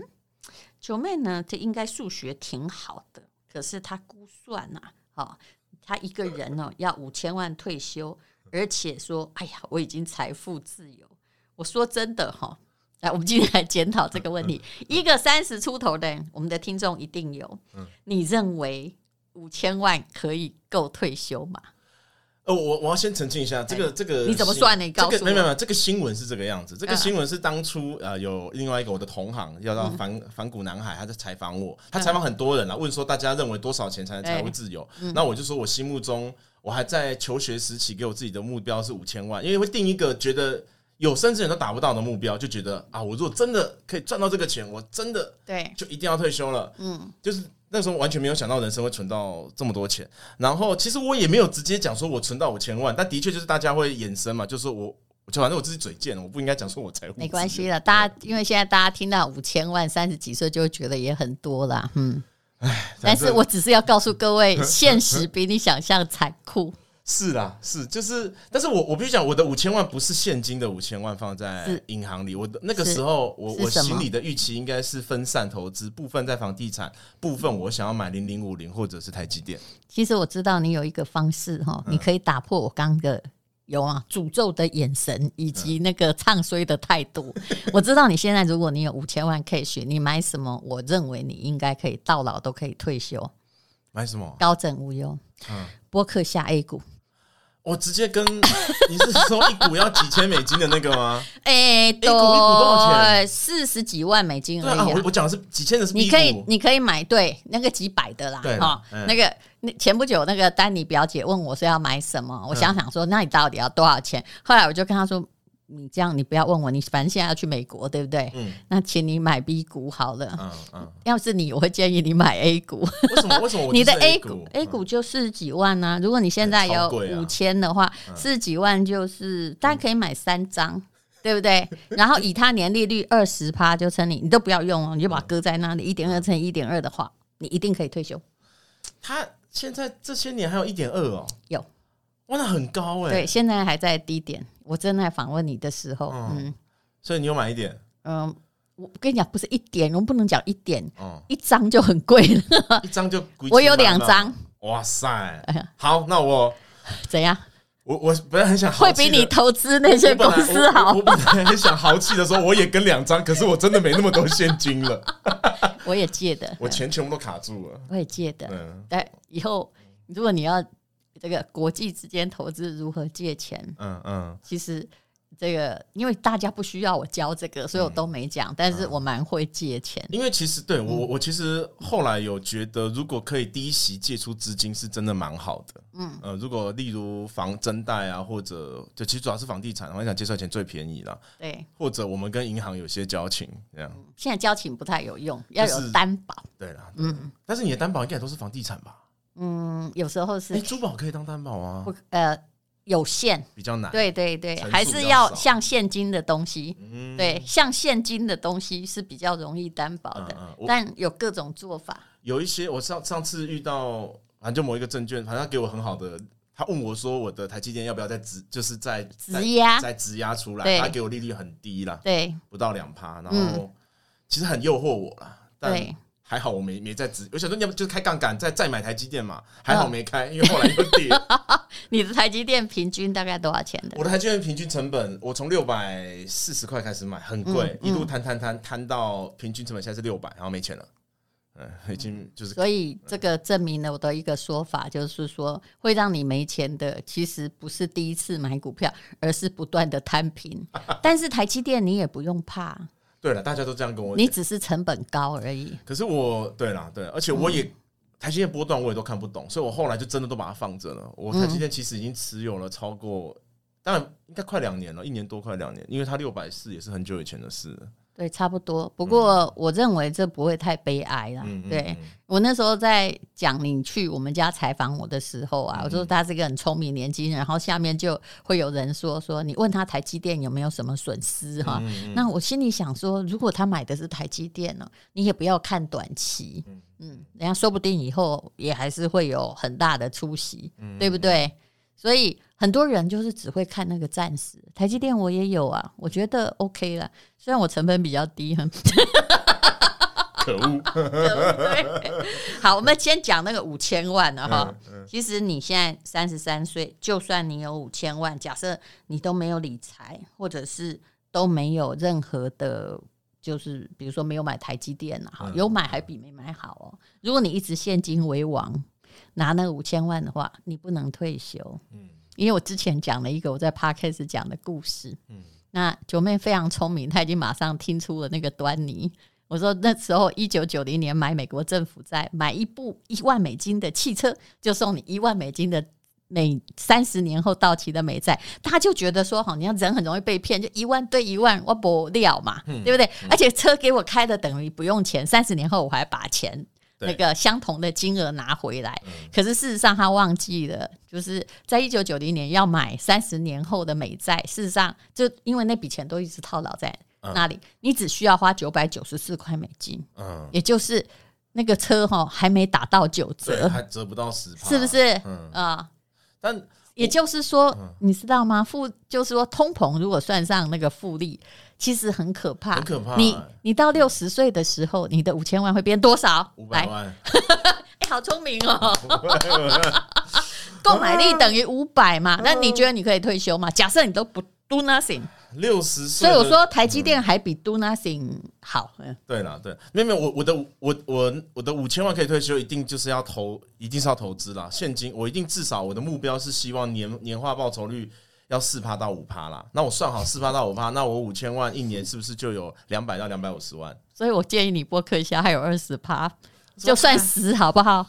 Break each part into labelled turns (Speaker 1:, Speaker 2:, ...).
Speaker 1: 九妹呢，她应该数学挺好的，可是她估算呐、啊，哦，她一个人哦要五千万退休，而且说，哎呀，我已经财富自由。我说真的哈、哦，来，我们今天来检讨这个问题。
Speaker 2: 嗯
Speaker 1: 一个三十出头的人，我们的听众一定有，
Speaker 2: 嗯
Speaker 1: 你认为五千万可以够退休吗？
Speaker 2: 呃，我我要先澄清一下，这个这个
Speaker 1: 哎你怎么
Speaker 2: 新
Speaker 1: 算呢你告诉
Speaker 2: 这个没有没
Speaker 1: 我
Speaker 2: 有没有，这个新闻是这个样子。这个
Speaker 1: 嗯
Speaker 2: 新闻是当初呃有另外一个我的同行要到反反骨男孩，他在采访我，
Speaker 1: 嗯
Speaker 2: 他采访很多人啊，问说大家认为多少钱才能财务自由？
Speaker 1: 嗯
Speaker 2: 那我就说我心目中我还在求学时期给我自己的目标是五千万，因为会定一个觉得有生之年都达不到的目标，就觉得啊，我如果真的可以赚到这个钱，我真的
Speaker 1: 对，
Speaker 2: 就一定要退休了。
Speaker 1: 嗯，
Speaker 2: 就是那时候完全没有想到人生会存到这么多钱。然后其实我也没有直接讲说我存到五千万，但的确就是大家会衍生嘛，就是我。就反正我自己嘴贱，我不应该讲说我财务
Speaker 1: 没关
Speaker 2: 自
Speaker 1: 系
Speaker 2: 由
Speaker 1: 的，大家因为现在大家听到五千万，三十几岁就会觉得也很多啦，嗯。 但是我只是要告诉各 位，现实比你想象残酷。
Speaker 2: 是啦，是就是，但是我我必须讲，我的五千万不是现金的五千万放在银行里，我的那个
Speaker 1: 是
Speaker 2: 时候我
Speaker 1: 是
Speaker 2: 我
Speaker 1: 什么
Speaker 2: 心里的预期应该是分散投资，部分在房地产，部分我想要买零零五零或者是台积电。
Speaker 1: 其实我知道你有一个方式哈，
Speaker 2: 嗯
Speaker 1: 你可以打破我刚的有啊诅咒的眼神以及
Speaker 2: 嗯
Speaker 1: 那个唱衰的态度。我知道你现在如果你有五千万 cash，你买什么？我认为你应该可以到老都可以退休，
Speaker 2: 买什么？
Speaker 1: 高枕无忧。
Speaker 2: 嗯
Speaker 1: 播客下 A 股，
Speaker 2: 我哦直 接跟你是说一股要几千美金的那个吗？
Speaker 1: 哎、
Speaker 2: 股一股多少钱
Speaker 1: 四十几万美金
Speaker 2: 对
Speaker 1: 而
Speaker 2: 啊，
Speaker 1: 已、
Speaker 2: 我
Speaker 1: 啊。
Speaker 2: 我讲的是几千的是 B
Speaker 1: 你
Speaker 2: 股，
Speaker 1: 可以，你可以买对那个几百的啦，
Speaker 2: 对啦
Speaker 1: 哈、
Speaker 2: 嗯
Speaker 1: 那个那前不久那个丹尼表姐问我说要买什
Speaker 2: 嗯
Speaker 1: 么，我想想说，那你到底要多少钱？后来我就跟她说，你这样你不要问我，你反正现在要去美国，对不对？
Speaker 2: 嗯
Speaker 1: 那请你买 B 股好了。
Speaker 2: 嗯嗯，
Speaker 1: 要是你，我会建议你买 A 股。
Speaker 2: 为什么为什么我
Speaker 1: 你的
Speaker 2: A
Speaker 1: A
Speaker 2: 嗯
Speaker 1: 股 A 股就四十几万啊，如果你现在
Speaker 2: 哎
Speaker 1: 有
Speaker 2: 超贵啊嗯
Speaker 1: 五千的话，四十几万就是大概可以买三张。对不对？然后以它年利率二十趴就乘以，你都不要用哦，你就把
Speaker 2: 嗯
Speaker 1: 它搁在那里，一点二乘以一点二的话，你一定可以退休。
Speaker 2: 它现在这些年还有一点二哦，
Speaker 1: 有
Speaker 2: 哇，那很高哎、
Speaker 1: 对，现在还在低点。我正在访问你的时候，嗯
Speaker 2: 嗯所以你有买一点，
Speaker 1: 嗯，我跟你讲，不是一点，我们不能讲一点，
Speaker 2: 哦、
Speaker 1: 一张就很贵了。
Speaker 2: 一张就贵
Speaker 1: 啊我有
Speaker 2: 七
Speaker 1: 两
Speaker 2: 万了，
Speaker 1: 张，哎
Speaker 2: 哇塞，好，那我
Speaker 1: 怎样？
Speaker 2: 我我本来很想豪
Speaker 1: 会
Speaker 2: 气
Speaker 1: 比
Speaker 2: 的
Speaker 1: 你投资那些
Speaker 2: 我
Speaker 1: 公
Speaker 2: 本来
Speaker 1: 司好
Speaker 2: 我我。我本来很想豪气的说，我也跟两张，可是我真的没那么多现金了，
Speaker 1: 我也借的，
Speaker 2: 我钱全部都卡住了。
Speaker 1: 我也借的。
Speaker 2: 嗯
Speaker 1: 对，哎以后如果你要这个国际之间投资如何借钱，
Speaker 2: 嗯嗯，
Speaker 1: 其实这个因为大家不需要我教这个，所以我都没
Speaker 2: 嗯
Speaker 1: 讲。但是我蛮会借钱，
Speaker 2: 因为其实对
Speaker 1: 嗯
Speaker 2: 我我我其实后来有觉得，如果可以低息借出资金，是真的蛮好的。
Speaker 1: 嗯，
Speaker 2: 呃，如果例如房增贷啊，或者就其实主要是房地产，我想介绍钱最便宜啦，
Speaker 1: 对。
Speaker 2: 或者我们跟银行有些交情，这样
Speaker 1: 现在交情不太有用，要
Speaker 2: 就
Speaker 1: 有
Speaker 2: 是
Speaker 1: 担保。
Speaker 2: 对啦。
Speaker 1: 嗯
Speaker 2: 但是你的担保应该也都是房地产吧？
Speaker 1: 嗯，有时候
Speaker 2: 哎、
Speaker 1: 是
Speaker 2: 珠宝可以当担保啊
Speaker 1: 不，呃有限。
Speaker 2: 比较难。
Speaker 1: 对对对
Speaker 2: 啊层，数
Speaker 1: 还
Speaker 2: 比
Speaker 1: 是
Speaker 2: 较
Speaker 1: 要
Speaker 2: 少
Speaker 1: 像现金的东西。
Speaker 2: 嗯
Speaker 1: 对，像现金的东西是比较容易担保
Speaker 2: 嗯
Speaker 1: 的，
Speaker 2: 嗯我
Speaker 1: 但有各种做法。
Speaker 2: 有一些我上上次遇到，反正就某一个证券，反正他给我很好的，他问我说我的台积电要不要再直，就是在
Speaker 1: 质押
Speaker 2: 再质押出
Speaker 1: 对
Speaker 2: 来，他给我利率很低啦，
Speaker 1: 对
Speaker 2: 不到两趴，然
Speaker 1: 嗯
Speaker 2: 后其实很诱惑我啦，但
Speaker 1: 对
Speaker 2: 还好我没没再直，我想说要不就是开杠杆再再买台积电
Speaker 1: 哦
Speaker 2: 嘛，还好没开，因为后来又 跌。
Speaker 1: 你的台积电平均大概多少钱的？
Speaker 2: 我的台积电平均成本，我从六百四十块开始买，很贵，
Speaker 1: 嗯
Speaker 2: 一路摊摊摊摊到平均成本现在是六百，然后没钱了，嗯，已经就是
Speaker 1: 所以这个证明了我的一个说法，就是说会让你没钱的，其实不是第一次买股票，而是不断的摊 平。但是台积电你也不用怕，
Speaker 2: 对了，大家都这样跟我
Speaker 1: 你
Speaker 2: 讲。
Speaker 1: 只是成本高而已。
Speaker 2: 可是我对啦，对，而且我
Speaker 1: 嗯
Speaker 2: 也、台积电波段我也都看不懂，所以我后来就真的都把它放着了。我台积电其实已经持有了超过，当然应该快两年了，一年多快两年，因为它六百四也是很久以前的事了。
Speaker 1: 对，差不多。不过我认为这不会太悲哀啦。
Speaker 2: 嗯嗯，嗯
Speaker 1: 啊对，我那时候在讲你去我们家采访我的时候啊，我说他是一个很聪明年轻人，然后下面就会有人说说你问他台积电有没有什么损失哈、那我心里想说，如果他买的是台积电呢、你也不要看短期，嗯，人家说不定以后也还是会有很大的出息，对不对？所以很多人就是只会看那个暂时，台积电我也有啊，我觉得 OK 了，虽然我成本比较低，很
Speaker 2: 可恶，
Speaker 1: 好，我们先讲那个五千万的哈
Speaker 2: 嗯。嗯
Speaker 1: 其实你现在三十三岁，就算你有五千万，假设你都没有理财，或者是都没有任何的，就是比如说没有买台积电啊，哈，
Speaker 2: 嗯
Speaker 1: 有买还比没买好哦。如果你一直现金为王，拿那五千万的话，你不能退休。
Speaker 2: 嗯
Speaker 1: 因为我之前讲了一个我在 podcast 讲的故事，
Speaker 2: 嗯
Speaker 1: 那九妹非常聪明，她已经马上听出了那个端倪。我说那时候一九九零年买美国政府债，买一部一万美金的汽车，就送你一万美金的美三十年后到期的美债，大家就觉得说，好，你看人很容易被骗，就一万对一万，我不料嘛，对不对？而且车给我开的等于不用钱，三十年后我还把钱
Speaker 2: 对
Speaker 1: 那个相同的金额拿回来。
Speaker 2: 嗯
Speaker 1: 可是事实上，他忘记了，就是在一九九零年要买三十年后的美债，事实上就因为那笔钱都一直套牢在
Speaker 2: 嗯
Speaker 1: 那里，你只需要花九百九十四块美金，
Speaker 2: 嗯，
Speaker 1: 也就是那个车哈还没打到九
Speaker 2: 对，
Speaker 1: 折，
Speaker 2: 还折不到十，
Speaker 1: 是不？是？
Speaker 2: 嗯，
Speaker 1: 啊、
Speaker 2: 但
Speaker 1: 也就是说，你知道吗？复就是说，通膨如果算上那个复利，其实很可怕。
Speaker 2: 很可怕
Speaker 1: 你
Speaker 2: 欸
Speaker 1: 你到六十岁的时候，你的五千万会变多少？
Speaker 2: 五
Speaker 1: 来
Speaker 2: 百，万，
Speaker 1: 哎好聪明哦！购买力等于五百嘛？那你觉得你可以退休吗？假设你都不 do nothing，
Speaker 2: 六十
Speaker 1: 所
Speaker 2: 岁
Speaker 1: 以
Speaker 2: 的，
Speaker 1: 我说台积电还比 do nothing 好。嗯
Speaker 2: 对啦，对，没有没有，我我的我我我的五千万可以退休，一定就是要投，一定是要投资啦，现金，我一定至少我的目标是希望年年化报酬率要四趴到五趴啦。那我算好四趴到五趴，那我五千万一年是不是就有两百到两百五十万？
Speaker 1: 所以我建议你播客一下，还有二十趴，就算十好不好？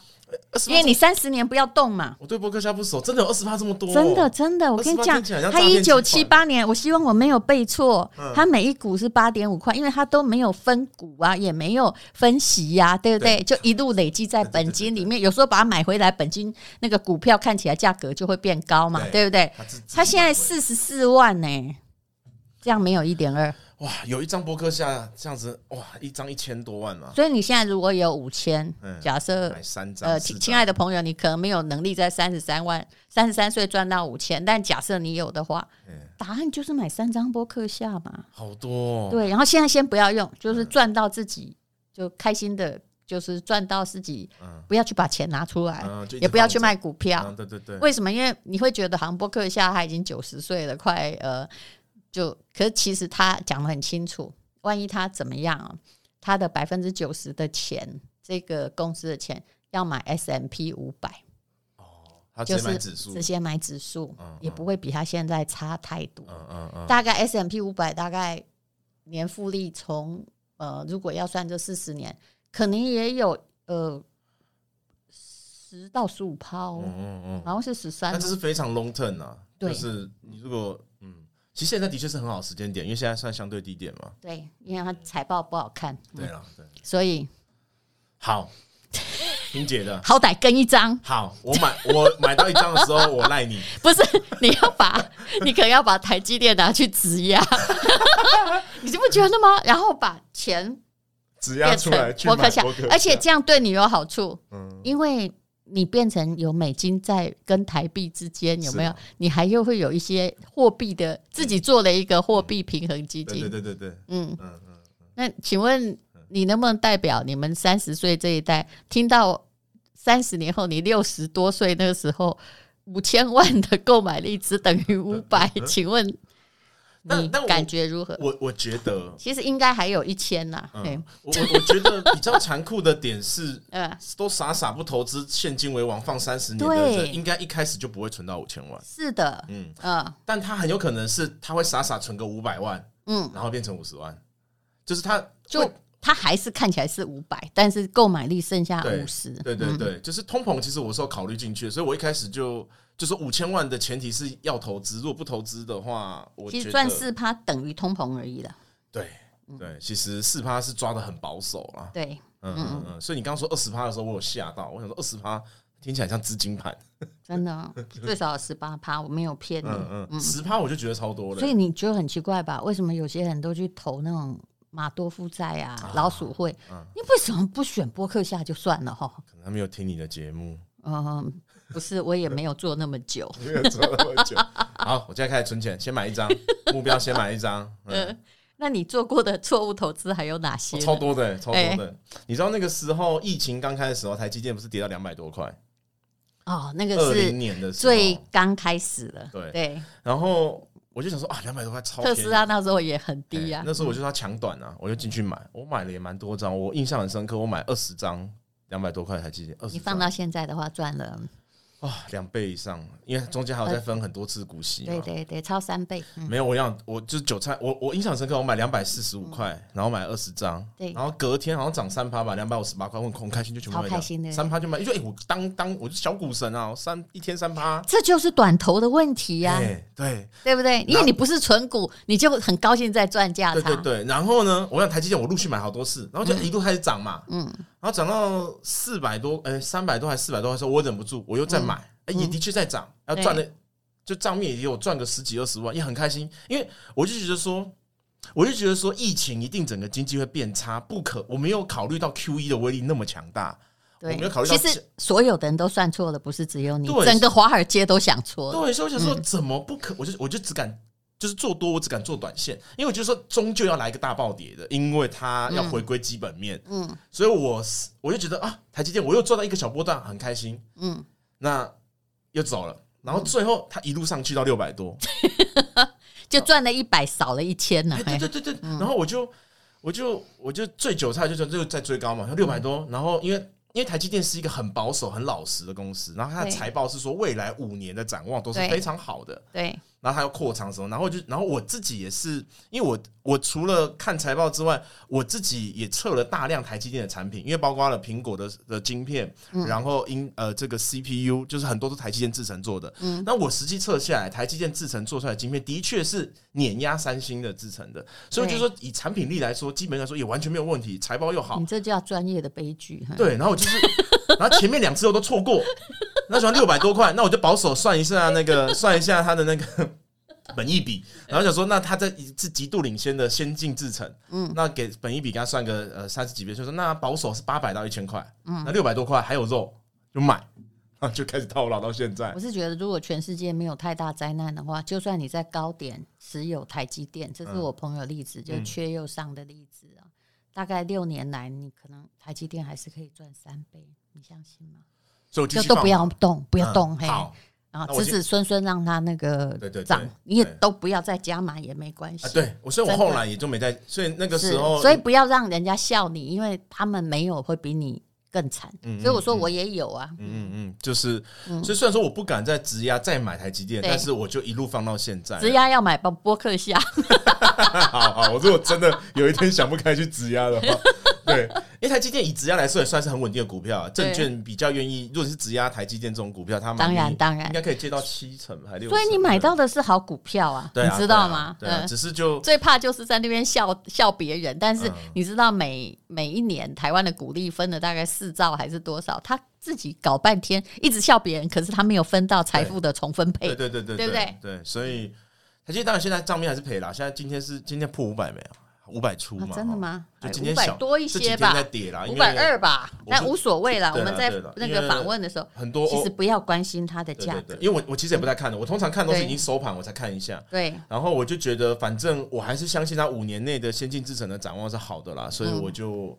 Speaker 1: 因为你三十年不要动嘛。
Speaker 2: 我对伯克夏不熟，真的有二十趴这么多、哦
Speaker 1: 真的，真的，我
Speaker 2: 28
Speaker 1: 跟你讲
Speaker 2: 听起来像，
Speaker 1: 他
Speaker 2: 诈
Speaker 1: 一
Speaker 2: 骗集
Speaker 1: 九
Speaker 2: 团
Speaker 1: 七八年，我希望我没有背错，他每一股是八点五块，因为他都没有分股啊，也没有分息呀、对不对？就一路累积在本金里面，有时候把它买回来，本金那个股票看起来价格就会变高嘛，对
Speaker 2: 对
Speaker 1: 不对？
Speaker 2: 他自己
Speaker 1: 他现在
Speaker 2: 买
Speaker 1: 四十四万呢、这样没有一点二，
Speaker 2: 哇，有一张伯克夏这样子，哇，一张一千多万嘛，
Speaker 1: 所以你现在如果有五千
Speaker 2: 嗯，
Speaker 1: 假设
Speaker 2: 买三张，
Speaker 1: 呃，
Speaker 2: 四
Speaker 1: 亲
Speaker 2: 张
Speaker 1: 亲爱的朋友，你可能没有能力在三十三万、三十三岁赚到五千，但假设你有的话，
Speaker 2: 嗯
Speaker 1: 答案就是买三张播客下嘛。
Speaker 2: 好多、哦，嗯
Speaker 1: 对，然后现在先不要用，就是赚到自己就开心的，就是赚到自己，
Speaker 2: 嗯
Speaker 1: 不要去把钱拿出来，
Speaker 2: 嗯就一直
Speaker 1: 也不要去
Speaker 2: 放着
Speaker 1: 卖股票。
Speaker 2: 嗯，对对对，
Speaker 1: 为什么？因为你会觉得好像播客下他已经九十岁了，快呃，就可是其实他讲的很清楚，万一他怎么样啊？他的百分之九十的钱，这个公司的钱要买 S M P 五百，
Speaker 2: 哦他
Speaker 1: 就
Speaker 2: 直接买
Speaker 1: 是
Speaker 2: 指数
Speaker 1: 直，接买指数，
Speaker 2: 嗯
Speaker 1: 也不会比他现在差太多。
Speaker 2: 嗯嗯嗯，
Speaker 1: 大概 S M P 五百大概年复利从呃，如果要算这四十年，可能也有呃十到十五趴哦，
Speaker 2: 嗯嗯嗯。
Speaker 1: 好像是十三哦
Speaker 2: 那这。是非常 long term 啊，
Speaker 1: 对
Speaker 2: 就是你如果嗯，其实现在的确是很好的时间点，因为现在算相对低点嘛。
Speaker 1: 对，因为它财报不好看，嗯
Speaker 2: 对啊了，对，
Speaker 1: 所以
Speaker 2: 好，听姐的，
Speaker 1: 好歹跟一张，
Speaker 2: 好，我买 我买到一张的时候，我赖你，
Speaker 1: 不是你要把，你可能要把台 积电拿去质押，你就不觉得吗？然后把钱
Speaker 2: 只要
Speaker 1: 变
Speaker 2: 出
Speaker 1: 成
Speaker 2: 来去
Speaker 1: 博客
Speaker 2: 买
Speaker 1: 下
Speaker 2: 博客，
Speaker 1: 而且这样对你有好处，
Speaker 2: 嗯，
Speaker 1: 因为你变成有美金在跟台币之间，有没有
Speaker 2: 是？
Speaker 1: 你还又会有一些货币的，自己做了一个货币平衡基
Speaker 2: 对对
Speaker 1: 金。
Speaker 2: 对对对，
Speaker 1: 嗯，
Speaker 2: 嗯嗯，
Speaker 1: 那请问你能不能代表你们三十岁这一代，听到三十年后你六十多岁那个时候，五千万的购买力只等于五百？请问
Speaker 2: 但
Speaker 1: 你
Speaker 2: 但我
Speaker 1: 感觉如何？
Speaker 2: 我我觉得，
Speaker 1: 其实应该还有一千呐，对。
Speaker 2: 嗯，，我我我觉得比较残酷的点是
Speaker 1: 呃，
Speaker 2: 都傻傻不投资，现金为王，放三十年的
Speaker 1: 对
Speaker 2: 人，应该一开始就不会存到五千万。
Speaker 1: 是的，
Speaker 2: 嗯，
Speaker 1: 嗯
Speaker 2: 但他很有可能是他会傻傻存个五百万，
Speaker 1: 嗯，
Speaker 2: 然后变成五十万，就是他
Speaker 1: 就
Speaker 2: 会
Speaker 1: 它还是看起来是五百，但是购买力剩下
Speaker 2: 对
Speaker 1: 五十。嗯
Speaker 2: 对对对，就是通膨，其实我是有考虑进去的，所以我一开始就就说五千万的前提是要投资，如果不投资的话，我
Speaker 1: 其实
Speaker 2: 觉得
Speaker 1: 赚四趴等于通膨而已了。
Speaker 2: 对对，其实四趴是抓的很保守啦，
Speaker 1: 对，
Speaker 2: 嗯嗯嗯，所以你刚刚说二十趴的时候，我有吓到，我想说二十趴听起来像资金盘，
Speaker 1: 真的 哦最少十八趴，我没有骗你。
Speaker 2: 嗯嗯，十趴我就觉得超多了，
Speaker 1: 所以你觉得很奇怪吧？为什么有些人都去投那种马多夫债啊、老鼠会？
Speaker 2: 嗯
Speaker 1: 你为什么不选波克夏就算了哈？
Speaker 2: 可能他没有听你的节目，
Speaker 1: 嗯，不是，我也没有做那么久。
Speaker 2: 没有做那么久。 好，我现在开始存钱，先买一张，目标先买一张，嗯，
Speaker 1: 那你做过的错误投资还有哪些呢？
Speaker 2: 超多的，超多
Speaker 1: 哎
Speaker 2: 的。你知道那个时候疫情刚开始的时候，台积电不是跌到两百多块？
Speaker 1: 哦，那
Speaker 2: 二
Speaker 1: 个
Speaker 2: 零
Speaker 1: 是
Speaker 2: 年的时
Speaker 1: 最
Speaker 2: 候，
Speaker 1: 刚开始了。
Speaker 2: 对
Speaker 1: 对，
Speaker 2: 然后我就想说啊，两百多块超
Speaker 1: 特
Speaker 2: 便宜
Speaker 1: 斯拉那时候也很
Speaker 2: 哎
Speaker 1: 低啊呀。
Speaker 2: 那时候我就说它抢短啊，我就进去买，我买了也蛮多张，我印象很深刻，我买二十张。两百多块台积电，二十
Speaker 1: 你放到现在的话，赚了，
Speaker 2: 啊两倍以上，因为中间还有再分很多次股息嘛。
Speaker 1: 对对对，超三倍。嗯，
Speaker 2: 没有，我想我就是韭菜，我我印象深刻，我买两百四十五块，然后买二十张，
Speaker 1: 对
Speaker 2: 然后隔天好像涨三趴吧，两百五十八块，我很很开心就全部
Speaker 1: 超
Speaker 2: 卖
Speaker 1: 开
Speaker 2: 掉，
Speaker 1: 心的
Speaker 2: 三趴就卖，就哎、我当当我就小股神啊，我三一天三趴，
Speaker 1: 这就是短头的问题呀、
Speaker 2: 哎对
Speaker 1: 对不对？因为你不是纯股，你就很高兴在赚价差。
Speaker 2: 对对对，然后呢，我想台积电我陆续买好多次，然后就一路开始涨嘛，嗯，然后涨到四百多，哎三百多还四百多的时候，我忍不住我又再买，哎、也的确在涨，然后赚了就账面也有赚个十几二十万，也很开心，因为我就觉得说。我就觉得说，疫情一定整个经济会变差，不可，我没有考虑到 Q E 的威力那么强大。我没有考虑到
Speaker 1: 其实所有的人都算错了，不是只有你，
Speaker 2: 对
Speaker 1: 整个华尔街都想错了。
Speaker 2: 对，所以我想嗯说，怎么不可？我就我就只敢就是做多，我只敢做短线，因为我觉得说终究要来一个大暴跌的，因为它要回归基本面。嗯，所以我是我就觉得啊，台积电我又做到一个小波段，很开心。
Speaker 1: 嗯，
Speaker 2: 那又走了，然后最后它一路上去到六 百多，
Speaker 1: 就赚了一百，少了一千呢
Speaker 2: 哎，。对对对对，
Speaker 1: 嗯
Speaker 2: 然后我就我就我就最韭菜就是就在追高嘛，六百
Speaker 1: 嗯
Speaker 2: 多，然后因为。因为台积电是一个很保守、很老实的公司，然后它
Speaker 1: 对
Speaker 2: 的财报是说未来五年的展望都是
Speaker 1: 对
Speaker 2: 非常好的，
Speaker 1: 对
Speaker 2: 然后还有扩厂什么，然后就然后我自己也是，因为我我除了看财报之外，我自己也测了大量台积电的产品，因为包括了苹果的的晶片，然后因呃这个 CPU 就是很多都台积电制成做的，那我实际测下来，台积电制成做出来的晶片的确是碾压三星的制成的，所以我就
Speaker 1: 对
Speaker 2: 说以产品力来说，基本来说也完全没有问题，财报又好，
Speaker 1: 你这叫专业的悲剧。哈，
Speaker 2: 对，然后我就是，然后前面两次我都错过， 那喜欢六百多块，那我就保守算一下那个， 算一下他的那个 本益比，然后想说，那他在是极度领先的先进制程，嗯，那给本益比给他算个呃三十几倍，就说那保守是八百到一千块，嗯，那六百多块还有肉就买，然后就开始套牢到现在
Speaker 1: 我，是觉得，如果全世界没有太大灾难的话，就算你在高点持有台积电，这是
Speaker 2: 嗯
Speaker 1: 我朋友例子，就缺右上的例子啊，大概六年来，你可能台积电还是可以赚三倍，你相信吗？
Speaker 2: 所以我继
Speaker 1: 就
Speaker 2: 续
Speaker 1: 都
Speaker 2: 放
Speaker 1: 不要动，不
Speaker 2: 不
Speaker 1: 要动，嘿，
Speaker 2: 好
Speaker 1: 然
Speaker 2: 那
Speaker 1: 后
Speaker 2: 我
Speaker 1: 子
Speaker 2: 先
Speaker 1: 子孙孙让他那个
Speaker 2: 对对对
Speaker 1: 涨，你也
Speaker 2: 对
Speaker 1: 都不要再加码也没关系
Speaker 2: 啊，。对，我所以我
Speaker 1: 真的
Speaker 2: 后来也就没在，所以那个
Speaker 1: 是，
Speaker 2: 时候，
Speaker 1: 所以不要让人家笑你，因为他们没有会比你更惨。
Speaker 2: 嗯
Speaker 1: 所以我说我也有啊，
Speaker 2: 嗯嗯嗯，就是，所以虽然说我不敢再质押再买台积电，
Speaker 1: 对
Speaker 2: 但是我就一路放到现在。
Speaker 1: 直押要买波波克夏，
Speaker 2: 好好，我如果真的有一天想不开去质押 的话，对，因为台积电以质押来说也算是很稳定的股票，啊
Speaker 1: 对
Speaker 2: 证券比较愿意，如果你是质押台积电这种股票，它蛮
Speaker 1: 当然
Speaker 2: 愿意
Speaker 1: 当然
Speaker 2: 应该可以借到七成还六成。
Speaker 1: 所以你买到的是好股票啊，
Speaker 2: 对啊，
Speaker 1: 你知道
Speaker 2: 对啊
Speaker 1: 吗？
Speaker 2: 对啊，
Speaker 1: 嗯。
Speaker 2: 只是就
Speaker 1: 最怕就是在那边笑笑别人，但是
Speaker 2: 嗯
Speaker 1: 你知道每每一年台湾的股利分了大概四兆还是多少，他自己搞半天一直笑别人，可是他没有分到财富的重分配
Speaker 2: 对。对对对
Speaker 1: 对不
Speaker 2: 对，所以台积电当然现在账面还是赔啦，现在今天是今天破五百没有？五百出
Speaker 1: 啊
Speaker 2: 嘛、
Speaker 1: 真的
Speaker 2: 哈
Speaker 1: 吗
Speaker 2: 就
Speaker 1: 哎
Speaker 2: 今天
Speaker 1: 500
Speaker 2: 小
Speaker 1: 多一
Speaker 2: 这几
Speaker 1: 些
Speaker 2: 天
Speaker 1: 吧
Speaker 2: 在跌啦，因
Speaker 1: 五
Speaker 2: 为
Speaker 1: 百二吧，
Speaker 2: 我
Speaker 1: 但
Speaker 2: 就
Speaker 1: 无所谓啦。
Speaker 2: 对
Speaker 1: 我
Speaker 2: 啦
Speaker 1: 们在
Speaker 2: 对啦
Speaker 1: 那
Speaker 2: 因
Speaker 1: 个
Speaker 2: 为
Speaker 1: 访问的时候，
Speaker 2: 很多
Speaker 1: 其
Speaker 2: 欧
Speaker 1: 实不要关心它的
Speaker 2: 对
Speaker 1: 价
Speaker 2: 对
Speaker 1: 格
Speaker 2: 对，，因为我我其实也不太看的，我通常看都是
Speaker 1: 对
Speaker 2: 已经收盘我才看一下。
Speaker 1: 对，
Speaker 2: 然后我就觉得，反正我还是相信它五年内的先进制程的展望是好的啦，所以我就、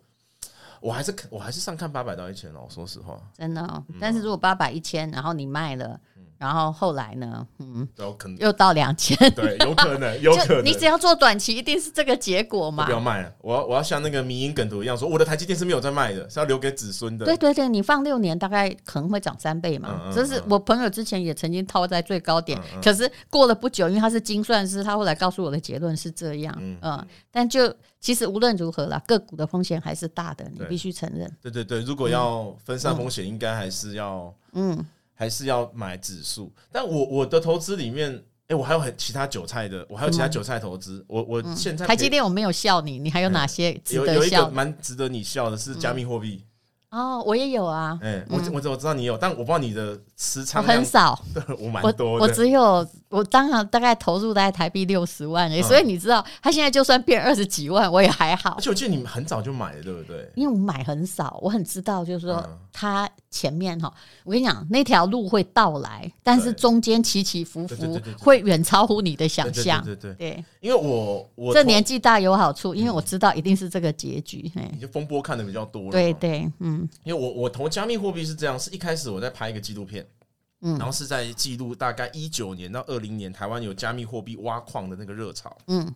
Speaker 2: 我还是看我还是上看八百到一千哦。说实话，
Speaker 1: 真的哦。
Speaker 2: 嗯
Speaker 1: 但是如果八百一千，然后你卖了，然后后来呢，嗯，
Speaker 2: 然后可 能
Speaker 1: 又到两千，
Speaker 2: 对，有可 能，有可
Speaker 1: 就
Speaker 2: 能
Speaker 1: 你只要做短期，一定是这个结果
Speaker 2: 我
Speaker 1: 嘛
Speaker 2: 不。要卖了，我要我要像那个迷因梗图一样说，我的台积电是没有在卖的，是要留给子孙的。
Speaker 1: 对对对，你放六年大概可能会涨三倍嘛
Speaker 2: 嗯。嗯
Speaker 1: 这是
Speaker 2: 嗯
Speaker 1: 我朋友之前也曾经套在最高点
Speaker 2: 嗯，嗯
Speaker 1: 可是过了不久，因为他是精算师，他后来告诉我的结论是这样。
Speaker 2: 嗯
Speaker 1: 嗯，但就其实无论如何啦，个股的风险还是大的，你
Speaker 2: 对
Speaker 1: 必须承认。
Speaker 2: 对对对，如果要分散风险，应该还是要
Speaker 1: 嗯，
Speaker 2: 还是要买指数。但我我的投资里面，哎，我还有很其他韭菜的，我还有其他韭菜投资。我我现在
Speaker 1: 嗯
Speaker 2: 哎
Speaker 1: 台积电我没有笑你，你还有哪些值
Speaker 2: 有
Speaker 1: 得
Speaker 2: 有一
Speaker 1: 笑
Speaker 2: 个
Speaker 1: 的？
Speaker 2: 蛮值得你笑的是加密货币。
Speaker 1: 哦，我也有啊，
Speaker 2: 哎，我我我知道你有，但我不知道你的持
Speaker 1: 我
Speaker 2: 仓量
Speaker 1: 很，少，
Speaker 2: 我蛮
Speaker 1: 我
Speaker 2: 多
Speaker 1: 我
Speaker 2: 的。
Speaker 1: 只有我当然大概投入大概台币六十
Speaker 2: 嗯
Speaker 1: 万而已，所以你知道，他现在就算变二十几万，我也还好
Speaker 2: 而，且我记得你们很早就买了，对不对？
Speaker 1: 因为我买很少，我很知道，就是说
Speaker 2: 嗯
Speaker 1: 它前面哈，我跟你讲，那条路会到来，但是
Speaker 2: 对
Speaker 1: 中间起起伏
Speaker 2: 对对
Speaker 1: 伏
Speaker 2: 对对对
Speaker 1: 会远超乎你的想
Speaker 2: 对对
Speaker 1: 象。
Speaker 2: 对对对，
Speaker 1: 对，
Speaker 2: 因为我我嗯
Speaker 1: 这
Speaker 2: 投
Speaker 1: 年纪大有好处，因为我知道一定是这个结局。嘿
Speaker 2: 你就风波看的比较多了嘛，
Speaker 1: 对对，嗯
Speaker 2: 因为我我投加密货币是这样，是一开始我在拍一个纪录片，
Speaker 1: 嗯
Speaker 2: 然后是在记录大概一九年到二零年台湾有加密货币挖矿的那个热潮，
Speaker 1: 嗯。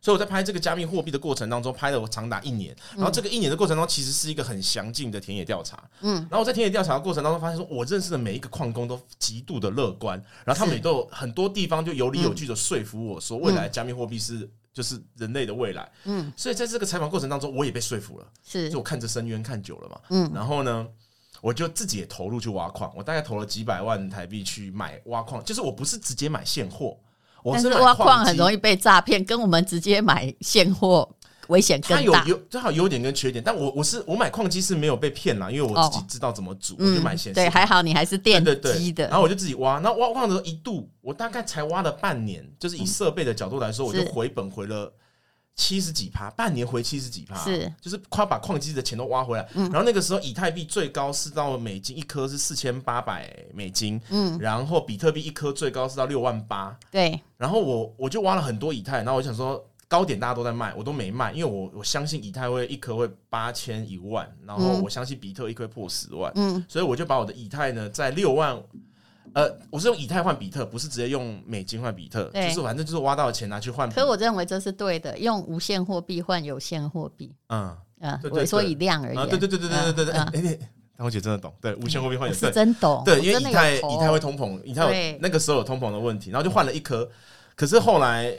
Speaker 2: 所以我在拍这个加密货币的过程当中，拍了我长达一年，然后这个一年的过程当中，其实是一个很详尽的田野调查，
Speaker 1: 嗯
Speaker 2: 嗯，然后我在田野调查的过程当中，发现说我认识的每一个矿工都极度的乐观，然后他们也都有很多地方就有理
Speaker 1: 嗯
Speaker 2: 有据的说服我说，未来加密货币是。就是人类的未来，
Speaker 1: 嗯
Speaker 2: 嗯，所以在这个采访过程当中，我也被说服了。
Speaker 1: 是
Speaker 2: 就我看着深渊看久了嘛，
Speaker 1: 嗯
Speaker 2: 嗯，然后呢，我就自己也投入去挖矿，我大概投了几百万台币去买挖矿，就是我不是直接买现货，我
Speaker 1: 但是
Speaker 2: 买
Speaker 1: 挖矿很
Speaker 2: 机
Speaker 1: 容易被诈骗，跟我们直接买现货危险
Speaker 2: 它
Speaker 1: 更
Speaker 2: 有
Speaker 1: 大。
Speaker 2: 有最好优点跟缺点，但我我是我买矿机是没有被骗啦，因为我自己
Speaker 1: 哦
Speaker 2: 知道怎么煮，我
Speaker 1: 嗯
Speaker 2: 就买显示
Speaker 1: 对，
Speaker 2: 卡
Speaker 1: 还好你还是电
Speaker 2: 对对
Speaker 1: 机
Speaker 2: 对，
Speaker 1: 的
Speaker 2: 然，后我就自己挖，那挖矿的时候一度我大概才挖了半年，就是
Speaker 1: 嗯
Speaker 2: 以设备的角度来说，我就是回本回了。七十几趴，半年回七十几趴，
Speaker 1: 是嗯
Speaker 2: 就是快把矿机的钱都挖回来。然后那个时候以太币最高是到美金一颗是四千八百美金，
Speaker 1: 嗯
Speaker 2: 然后比特币一颗最高是到六万八，
Speaker 1: 对，
Speaker 2: 然后我我就挖了很多以太，然后我想说高点大家都在卖，我都没卖，因为我我相信以太会一颗会八千一万，然后
Speaker 1: 嗯
Speaker 2: 我相信比特一颗会破十万，
Speaker 1: 嗯
Speaker 2: 所以我就把我的以太呢在六万，呃，我是用以太换比特，不是直接用美金换比特，
Speaker 1: 对
Speaker 2: 就是反正就是挖到的钱拿去换比。
Speaker 1: 可我认为这是对的，用无限货币换有限货币，
Speaker 2: 嗯，
Speaker 1: 嗯，
Speaker 2: 对对
Speaker 1: 萎缩
Speaker 2: 对
Speaker 1: 以量而
Speaker 2: 啊，
Speaker 1: 言。
Speaker 2: 对对对对对对对对，
Speaker 1: 嗯
Speaker 2: 哎，你唐姐真的懂，对，无限货币
Speaker 1: 我
Speaker 2: 换有
Speaker 1: 是
Speaker 2: 对
Speaker 1: 真懂，
Speaker 2: 对，
Speaker 1: 我
Speaker 2: 因为
Speaker 1: 哦真的
Speaker 2: 以太
Speaker 1: 有投
Speaker 2: 以太会通膨，以太
Speaker 1: 对
Speaker 2: 有那个时候有通膨的问题，然后就换了一颗，可是后来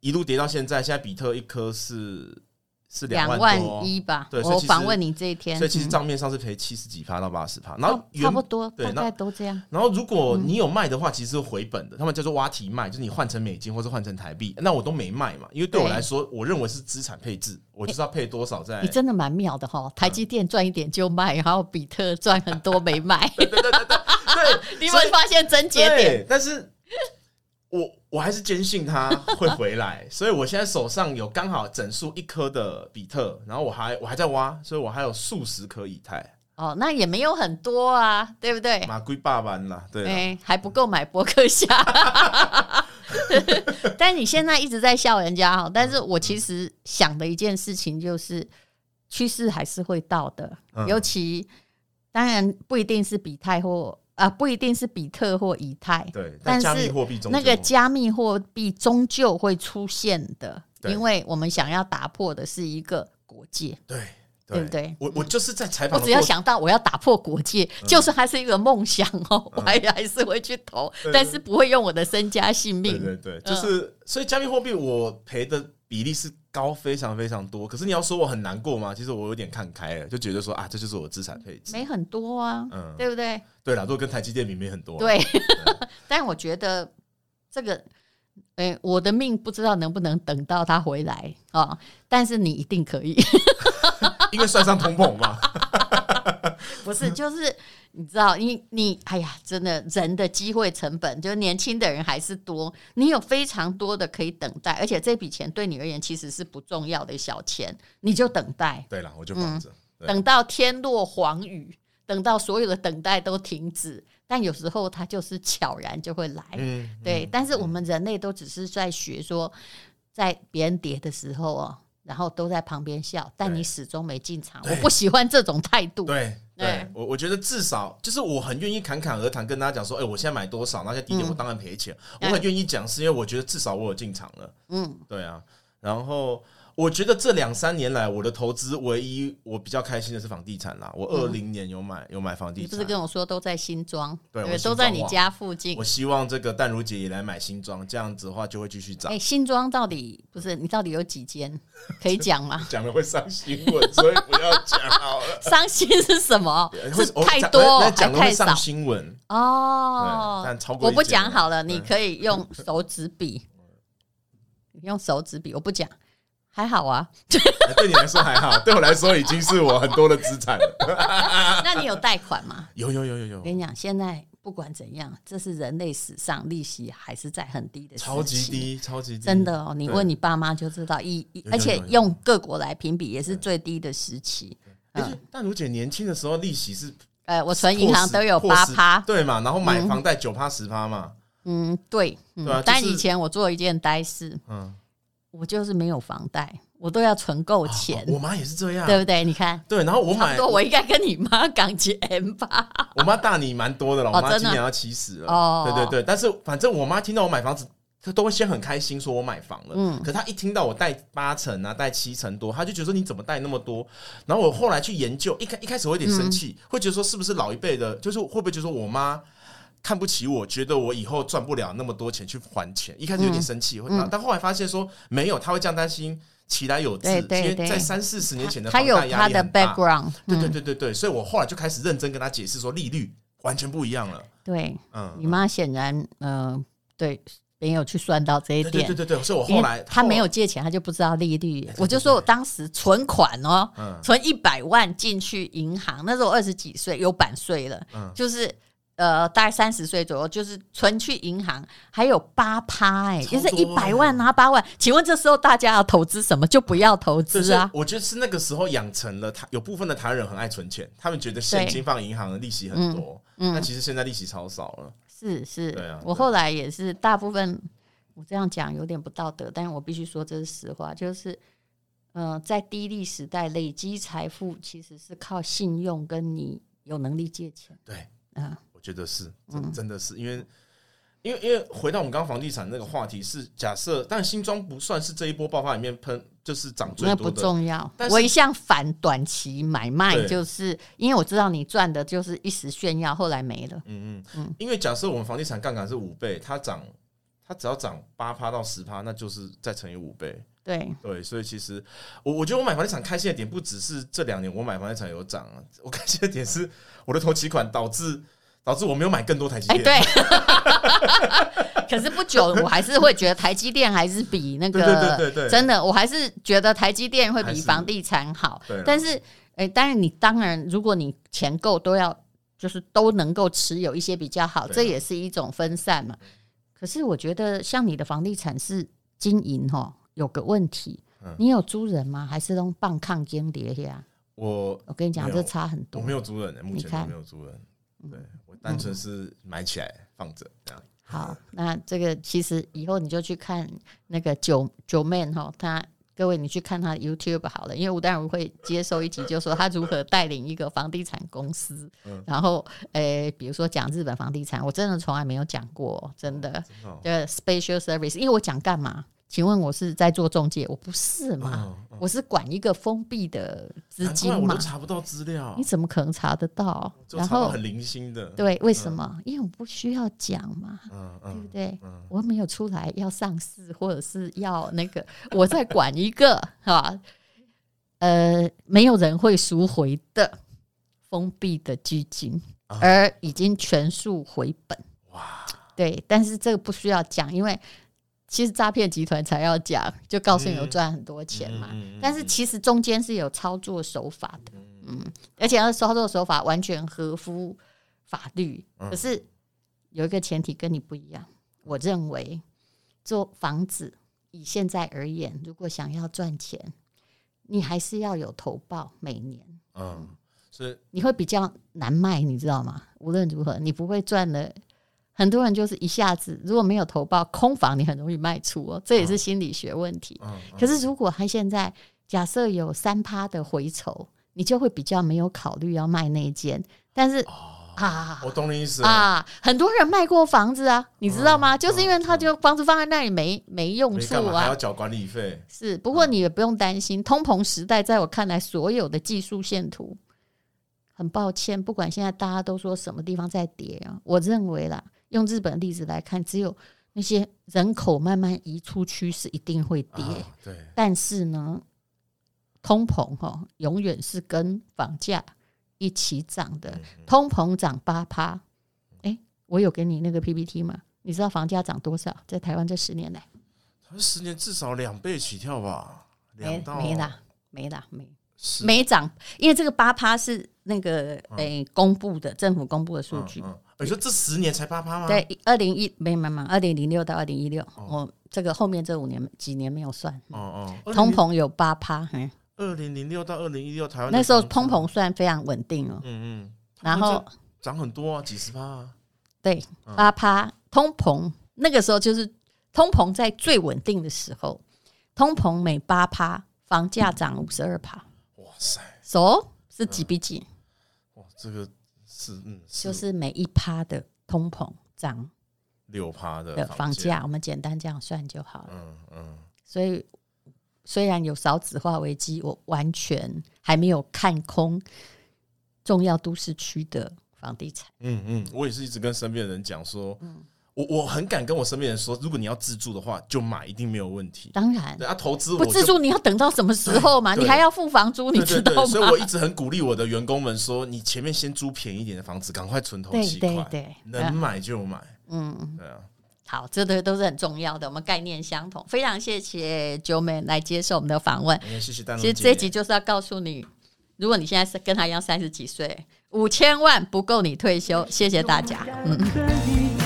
Speaker 2: 一路跌到现在，现在比特一颗是是
Speaker 1: 两
Speaker 2: 万
Speaker 1: 万
Speaker 2: 多哦，
Speaker 1: 一吧。
Speaker 2: 对所以
Speaker 1: 我
Speaker 2: 其实
Speaker 1: 访问你这一天，
Speaker 2: 所以其实
Speaker 1: 嗯
Speaker 2: 账面上是赔七十几趴到八十趴，然后
Speaker 1: 差
Speaker 2: 原
Speaker 1: 差不多，
Speaker 2: 对
Speaker 1: 大
Speaker 2: 那
Speaker 1: 概都这样。
Speaker 2: 然后，如果你有卖的话，其实是回本的，他们叫做挖提卖，就是你换成美金或是换成台币。那我都没卖嘛，因为对我
Speaker 1: 对
Speaker 2: 来说，我认为是资产配置，我就是要配多少在。
Speaker 1: 你真的蛮妙的
Speaker 2: 嗯
Speaker 1: 哈，台积电赚一点就卖，然后比特赚很多没卖，
Speaker 2: 对对对对对，对
Speaker 1: 你有
Speaker 2: 所
Speaker 1: 没
Speaker 2: 以
Speaker 1: 有发现真节点？
Speaker 2: 对但是我我还是坚 信它会回来，所以我现在手上有刚好整数一颗的比特，然后我还我还在挖，所以我还有数十颗以太，
Speaker 1: 哦，那也没有很多啊，对不对？
Speaker 2: 马龟爸爸啦，对啦，
Speaker 1: 哎、还不够买博客下。 但你现在一直在笑人家哈，但是我其实想的一件事情就是，趋势还是会到的，
Speaker 2: 嗯
Speaker 1: 尤其当然不一定是比特或啊、不一定是比特或以太，
Speaker 2: 对，
Speaker 1: 但
Speaker 2: 加密
Speaker 1: 是
Speaker 2: 货币中
Speaker 1: 那个
Speaker 2: 就
Speaker 1: 加密货币终究会出现的，
Speaker 2: 对
Speaker 1: 因为我们想要打破的是一个国界。
Speaker 2: 对
Speaker 1: 对不对
Speaker 2: 我我就是在采
Speaker 1: 我
Speaker 2: 访的过程，
Speaker 1: 只要想到我要打破国界，
Speaker 2: 嗯
Speaker 1: 就是还是一个梦想哦，我还还是会去投，
Speaker 2: 对
Speaker 1: 但是不会用我的身家性命。嗯
Speaker 2: 对对对，就是、所以加密货币我赔的比例是高非常非常多。可是你要说我很难过吗？其实我有点看开了，就觉得说啊，这就是我的资产配置。
Speaker 1: 没很多啊，
Speaker 2: 嗯
Speaker 1: 对不对？
Speaker 2: 对啦，如果跟台积电比没很多啊，
Speaker 1: 对， 但我觉得这个，哎、我的命不知道能不能等到他回来啊、但是你一定可以，
Speaker 2: 因为算上通膨嘛。
Speaker 1: 不不
Speaker 2: 嗯
Speaker 1: 是，就是你知道，你你哎呀，真的人的机会成本，就是年轻的人还是多，你有非常多的可以等待，而且这笔钱对你而言其实是不重要的小钱，你就等待，
Speaker 2: 对了，我就放着。对
Speaker 1: 嗯等到天落黄雨，等到所有的等待都停止，但有时候它就是悄然就会来。
Speaker 2: 嗯，
Speaker 1: 对，
Speaker 2: 嗯
Speaker 1: 但是我们人类都只是在学说，在别人跌的时候哦，然后都在旁边笑，但
Speaker 2: 对
Speaker 1: 你始终没进场。
Speaker 2: 对
Speaker 1: 我不喜欢这种态度。
Speaker 2: 对
Speaker 1: 对
Speaker 2: 对，我我觉得至少就是我很愿意侃侃而谈，跟大家讲说，哎、我现在买多少，那些低点我当然赔钱，
Speaker 1: 嗯对
Speaker 2: 我很愿意讲，是因为我觉得至少我有进场了，
Speaker 1: 嗯，
Speaker 2: 对啊，然后。我觉得这两三年来，我的投资唯一我比较开心的是房地产啦。我二零年有买有买房
Speaker 1: 嗯
Speaker 2: 地
Speaker 1: 你不
Speaker 2: 产
Speaker 1: 是，跟我说都在新庄，
Speaker 2: 对
Speaker 1: 不
Speaker 2: 我新
Speaker 1: 都
Speaker 2: 庄
Speaker 1: 在你
Speaker 2: 哇
Speaker 1: 家附近
Speaker 2: 我。希望这个淡如姐也来买新庄，这样子的话就会继续涨？
Speaker 1: 哎，。新庄到底不是你到底有几间可以讲吗
Speaker 2: 讲了会上新闻，所以不要讲好了。
Speaker 1: 伤心是什么？
Speaker 2: 会
Speaker 1: 是
Speaker 2: 我
Speaker 1: 太
Speaker 2: 讲
Speaker 1: 多
Speaker 2: 那
Speaker 1: 还
Speaker 2: 那讲了会
Speaker 1: 太少
Speaker 2: 上？新闻。
Speaker 1: 哦
Speaker 2: 对，但超过
Speaker 1: 我
Speaker 2: 一
Speaker 1: 不
Speaker 2: 间
Speaker 1: 讲
Speaker 2: 了
Speaker 1: 好了，你
Speaker 2: 对
Speaker 1: 可以用手指比，你用手指比，我不讲，还好啊。
Speaker 2: 哎对你来说还好，对我来说已经是我很多的资产了。
Speaker 1: 那你有贷款 吗？
Speaker 2: 有有有有有
Speaker 1: 我，跟你讲，现在不管怎样，这是人类史上利息还是在很低的，
Speaker 2: 超级，低，超级低，
Speaker 1: 真。的哦。你
Speaker 2: 嗯对
Speaker 1: 问你爸妈就知道，一一
Speaker 2: 有
Speaker 1: 而且
Speaker 2: 有有
Speaker 1: 用各国来评比也是最低的时期。
Speaker 2: 而且淡哎如姐年轻的时候利息是
Speaker 1: 呃，我嗯存银行都有
Speaker 2: 破
Speaker 1: 八
Speaker 2: 十
Speaker 1: 趴，
Speaker 2: 对嘛？然后买房贷九趴十趴嘛，
Speaker 1: 嗯，对，嗯
Speaker 2: 对啊就是
Speaker 1: 但以前我做一件呆事，
Speaker 2: 嗯，
Speaker 1: 我就是没有房贷，我都要存够钱，
Speaker 2: 啊我妈也是这样，
Speaker 1: 对不对？你看，
Speaker 2: 对。然后我
Speaker 1: 差不
Speaker 2: 买，
Speaker 1: 多，我应该跟你妈讲 几 M 吧。
Speaker 2: 我妈大你蛮多的了，
Speaker 1: 哦
Speaker 2: 我妈
Speaker 1: 真
Speaker 2: 今
Speaker 1: 的
Speaker 2: 年要七十了。
Speaker 1: 哦
Speaker 2: 对对对，但是反正我妈听到我买房子，她都会先很开心，说我买房了。
Speaker 1: 嗯
Speaker 2: 可她一听到我贷八成啊，贷七成多，她就觉得说你怎么贷那么多？然后我后来去研究，一开一开始我有点生
Speaker 1: 嗯
Speaker 2: 气，会觉得说是不是老一辈的，就是会不会就是我妈。看不起我，觉得我以后赚不了那么多钱去还钱，一开始有点生气，会
Speaker 1: 嗯
Speaker 2: 但后来发现说没有，她会这样担心，其来有自，
Speaker 1: 对对
Speaker 2: 因为
Speaker 1: 对
Speaker 2: 在三四十年前的
Speaker 1: 他
Speaker 2: 房
Speaker 1: 有
Speaker 2: 贷压
Speaker 1: 他
Speaker 2: 力
Speaker 1: 的
Speaker 2: 很大，
Speaker 1: background，
Speaker 2: 对对
Speaker 1: 嗯
Speaker 2: 对对对，所以我后来就开始认真跟他解释说利率完全不一样了。
Speaker 1: 对，
Speaker 2: 嗯，
Speaker 1: 你妈显然呃，对，没有去算到这一
Speaker 2: 对对
Speaker 1: 点
Speaker 2: 对。对对，所以我
Speaker 1: 因
Speaker 2: 后来
Speaker 1: 为他没有
Speaker 2: 后
Speaker 1: 借钱，他就不知道利率
Speaker 2: 对。对
Speaker 1: 我就说我当时存款哦，
Speaker 2: 嗯
Speaker 1: 存一百万进去银行，那时候我二十几岁，有版税了，
Speaker 2: 嗯
Speaker 1: 就是呃大概三十岁左右，就是存去银行还有八趴，哎、
Speaker 2: 超
Speaker 1: 就
Speaker 2: 多
Speaker 1: 是一百万拿八万。请问这时候大家要投资什么？就不要投
Speaker 2: 对
Speaker 1: 资啊，
Speaker 2: 所以我觉得是那个时候养成了他有部分的台湾人很爱存钱，他们觉得现金放银行的利息很多，
Speaker 1: 嗯
Speaker 2: 但其实现在利息超少了。
Speaker 1: 是是，
Speaker 2: 对啊
Speaker 1: 我
Speaker 2: 对
Speaker 1: 后来也是大部分，我这样讲有点不道德，但我必须说这是实话，就是，呃，在低利时代累积财富其实是靠信用跟你有能力借钱，
Speaker 2: 对，
Speaker 1: 嗯
Speaker 2: 我觉得是，真真的是因为。因为因为回到我们刚刚房地产那个话题是假设，但新庄不算是这一波爆发里面喷就是涨最
Speaker 1: 那不
Speaker 2: 多的，
Speaker 1: 重要
Speaker 2: 但。是
Speaker 1: 我一向反短期买卖，
Speaker 2: 对
Speaker 1: 就是因为我知道你赚的就是一时炫耀，后来没了。
Speaker 2: 嗯嗯，因为假设我们房地产杠杆是五倍，它涨它只要涨八趴到十趴，那就是再乘以五倍，
Speaker 1: 对，
Speaker 2: 对，所以其实我我觉得我买房地产开心的点不只是这两年我买房地产有涨啊，我开心的点是我的头期款导致导致我没有买更多台积
Speaker 1: 哎、
Speaker 2: 电。
Speaker 1: 对。 可是不久，我还是会觉得台积电还是比那
Speaker 2: 对对对
Speaker 1: 个
Speaker 2: 对对
Speaker 1: 真的，我还是觉得台积电会
Speaker 2: 还
Speaker 1: 比
Speaker 2: 是
Speaker 1: 房地产好
Speaker 2: 对啊。
Speaker 1: 但是，哎、当然你当然，如果你钱够，都要就是都能够持有一些比较好，
Speaker 2: 对啊
Speaker 1: 这也是一种分散嘛。可是我觉得，像你的房地产是经营哦，有个问题，
Speaker 2: 嗯
Speaker 1: 你有租人吗？还是用棒抗间谍呀？
Speaker 2: 我
Speaker 1: 我跟你讲，
Speaker 2: 没
Speaker 1: 这
Speaker 2: 有
Speaker 1: 差很
Speaker 2: 我
Speaker 1: 多。
Speaker 2: 没有租人、目前
Speaker 1: 你看
Speaker 2: 我没有租人，对我单纯是买起来放着这样。
Speaker 1: 好，那这个其实以后你就去看那个九九妹哈，她各位你去看她的 YouTube 好了，因为吴淡如会接受一集，就说她如何带领一个房地产公司，
Speaker 2: 嗯
Speaker 1: 然后诶、呃比如说讲日本房地产，我真的从来没有讲过，真的，
Speaker 2: 真的哦
Speaker 1: 就是 special service，因为我讲干嘛？请问我是在做中介，我不是嘛？
Speaker 2: 嗯
Speaker 1: 我是管一个封闭的资
Speaker 2: 难
Speaker 1: 金
Speaker 2: 啊怪我
Speaker 1: 嘛
Speaker 2: 都，查不到资料
Speaker 1: 你，怎么可能查得到？
Speaker 2: 就
Speaker 1: 然
Speaker 2: 查到
Speaker 1: 后
Speaker 2: 很零嗯星的。
Speaker 1: 对，为什么？因为我不需要讲嘛。对
Speaker 2: 嗯
Speaker 1: 不
Speaker 2: 嗯，
Speaker 1: 对
Speaker 2: 嗯？
Speaker 1: 我没有出来要上市，或者是要那个， 我在管一个 哈，呃，没有人会赎回的封闭的基金，而已经全数回本。
Speaker 2: 啊哇，
Speaker 1: 对，但是这个不需要讲，因为其实诈骗集团才要讲，就告诉你我
Speaker 2: 嗯
Speaker 1: 赚很多钱嘛。
Speaker 2: 嗯嗯嗯
Speaker 1: 但是其实中间是有操作手法的，
Speaker 2: 嗯
Speaker 1: 嗯，而且他操作手法完全合乎法律，
Speaker 2: 嗯
Speaker 1: 可是有一个前提跟你不一样，我认为做房子以现在而言，如果想要赚钱，你还是要有投报每年。
Speaker 2: 嗯，所以
Speaker 1: 你会比较难卖，你知道吗？无论如何，你不会赚了。很多人就是一下子如果没有投报空房，你很容易卖出哦，这也是心理学问题。
Speaker 2: 嗯，
Speaker 1: 可是如果他现在假设有三趴的回酬，你就会比较没有考虑要卖那一间。但是
Speaker 2: 哦，
Speaker 1: 啊
Speaker 2: 我懂你意思了，
Speaker 1: 啊，很多人卖过房子啊，你知道
Speaker 2: 嗯
Speaker 1: 吗？就是因为他就房子放在那里没没用
Speaker 2: 没
Speaker 1: 处
Speaker 2: 干嘛
Speaker 1: 啊
Speaker 2: 还要。缴管理费？
Speaker 1: 是，不
Speaker 2: 嗯
Speaker 1: 过你也不用担心，通膨时代在我看来，所有的技术线图，很抱歉，不管现在大家都说什么地方在跌啊，我认为啦，用日本例子来看，只有那些人口慢慢移出去是一定会跌。
Speaker 2: 啊，对，
Speaker 1: 但是呢，通膨哈、哦、永远是跟房价一起涨的。
Speaker 2: 嗯
Speaker 1: 通膨涨八趴，哎，我有给你那个 PPT 吗？你知道房价涨多少？在台湾这十年来，
Speaker 2: 他十年至少两倍起跳吧，
Speaker 1: 没
Speaker 2: 两到
Speaker 1: 没啦，没啦，没
Speaker 2: 十
Speaker 1: 没涨，因为这个八趴是那个诶、公布的政府公布的数据。
Speaker 2: 嗯嗯你说这十年才八趴吗？
Speaker 1: 对，二零一没没没，二零零六到二零一六，我这个后面这五年几年没有算，
Speaker 2: 哦，哦
Speaker 1: 通膨有八趴，嗯，
Speaker 2: 二零零六到二零一六台湾的
Speaker 1: 那时候
Speaker 2: 房
Speaker 1: 通膨
Speaker 2: 子，
Speaker 1: 算非常稳定哦。
Speaker 2: 嗯嗯，
Speaker 1: 然后
Speaker 2: 涨很多啊，几十趴啊，
Speaker 1: 对，八趴通膨，那个时候就是通膨在最稳定的时候，通膨每八趴，房价涨
Speaker 2: 嗯
Speaker 1: 五十二趴，
Speaker 2: 哇塞，
Speaker 1: so, 是
Speaker 2: 嗯
Speaker 1: 几比几？
Speaker 2: 哇，这个是嗯，
Speaker 1: 就是每一趴的通膨涨
Speaker 2: 六趴
Speaker 1: 的
Speaker 2: 的
Speaker 1: 房
Speaker 2: 价，
Speaker 1: 价，我们简单这样算就好了。
Speaker 2: 嗯嗯，
Speaker 1: 所以虽然有少子化危机，我完全还没有看空重要都市区的房地产。
Speaker 2: 嗯嗯，我也是一直跟身边的人讲说，
Speaker 1: 嗯
Speaker 2: 我我很敢跟我身边人说，如果你要自住的话，就买，一定没有问题。
Speaker 1: 当然
Speaker 2: 对，啊，投资
Speaker 1: 不
Speaker 2: 我
Speaker 1: 自
Speaker 2: 就
Speaker 1: 住你要等到什么时候嘛？
Speaker 2: 对
Speaker 1: 你还要付房租，你
Speaker 2: 对
Speaker 1: 知
Speaker 2: 对
Speaker 1: 道吗
Speaker 2: 对，？所以我一直很鼓励我的员工们说，你前面先租便宜一点的房子，赶快存头
Speaker 1: 对
Speaker 2: 期
Speaker 1: 对
Speaker 2: 款，
Speaker 1: 对
Speaker 2: 能买就买，
Speaker 1: 嗯。
Speaker 2: 对啊，
Speaker 1: 好，这都都是很重要的，我们概念相同。非常谢谢九美来接受我们的访问。
Speaker 2: 也谢谢丹龙
Speaker 1: 其
Speaker 2: 姐。
Speaker 1: 实这一集就是要告诉你，如果你现在是跟他一样三十几岁，五千万不够你退休。谢谢大家，嗯。
Speaker 3: 的一天。